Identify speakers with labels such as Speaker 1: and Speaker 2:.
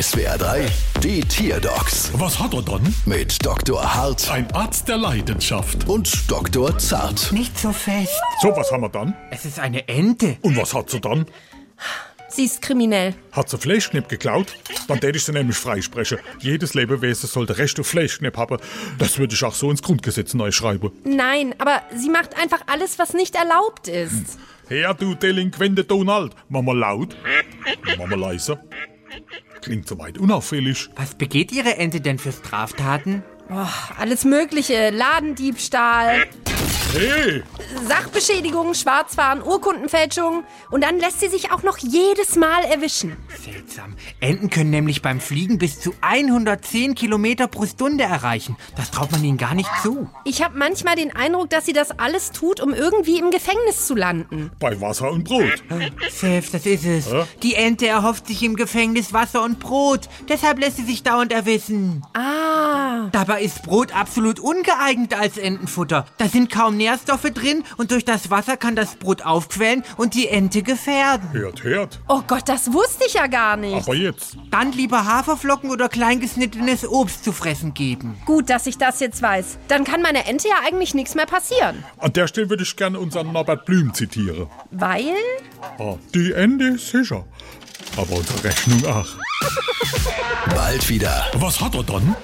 Speaker 1: SWR 3, die Tierdocs
Speaker 2: Was hat er dann?
Speaker 1: mit Dr. Hart
Speaker 2: Ein Arzt der Leidenschaft.
Speaker 1: und Dr. Zart.
Speaker 3: Nicht so fest.
Speaker 2: So, was haben wir dann?
Speaker 3: Es ist eine Ente.
Speaker 2: Und was hat sie dann?
Speaker 4: Sie ist kriminell.
Speaker 2: Hat sie Fleischknepp geklaut? Dann tät ich sie nämlich freisprechen. Jedes Lebewesen sollte Recht auf Fleischknepp haben. Das würde ich auch so ins Grundgesetz neu schreiben.
Speaker 4: Nein, aber sie macht einfach alles, was nicht erlaubt ist.
Speaker 2: Herr, du delinquente Donald. Mama laut. Mama leise. Klingt soweit unauffällig.
Speaker 3: Was begeht Ihre Ente denn für Straftaten?
Speaker 4: Alles Mögliche, Ladendiebstahl,
Speaker 2: Hey!
Speaker 4: Sachbeschädigung, Schwarzfahren, Urkundenfälschung. Und dann lässt sie sich auch noch jedes Mal erwischen.
Speaker 3: Seltsam. Enten können nämlich beim Fliegen bis zu 110 Kilometer pro Stunde erreichen. Das traut man ihnen gar nicht zu.
Speaker 4: Ich habe manchmal den Eindruck, dass sie das alles tut, um irgendwie im Gefängnis zu landen.
Speaker 2: Bei Wasser und Brot.
Speaker 3: Chef, Äh, das ist es. Die Ente erhofft sich im Gefängnis Wasser und Brot. Deshalb lässt sie sich dauernd erwissen.
Speaker 4: Ah,
Speaker 3: Dabei ist Brot absolut ungeeignet als Entenfutter. Da sind kaum Nährstoffe drin und durch das Wasser kann das Brot aufquellen und die Ente gefährden.
Speaker 2: Hört, hört.
Speaker 4: oh Gott, das wusste ich ja gar nicht.
Speaker 2: Aber jetzt.
Speaker 3: Dann lieber Haferflocken oder kleingeschnittenes Obst zu fressen geben.
Speaker 4: Gut, dass ich das jetzt weiß. Dann kann meiner Ente ja eigentlich nichts mehr passieren.
Speaker 2: An der Stelle würde ich gerne unseren Norbert Blüm zitieren.
Speaker 4: Weil?
Speaker 2: Ah, die Ende sicher. Aber unsere Rechnung auch.
Speaker 1: Bald wieder.
Speaker 2: Was hat er dann?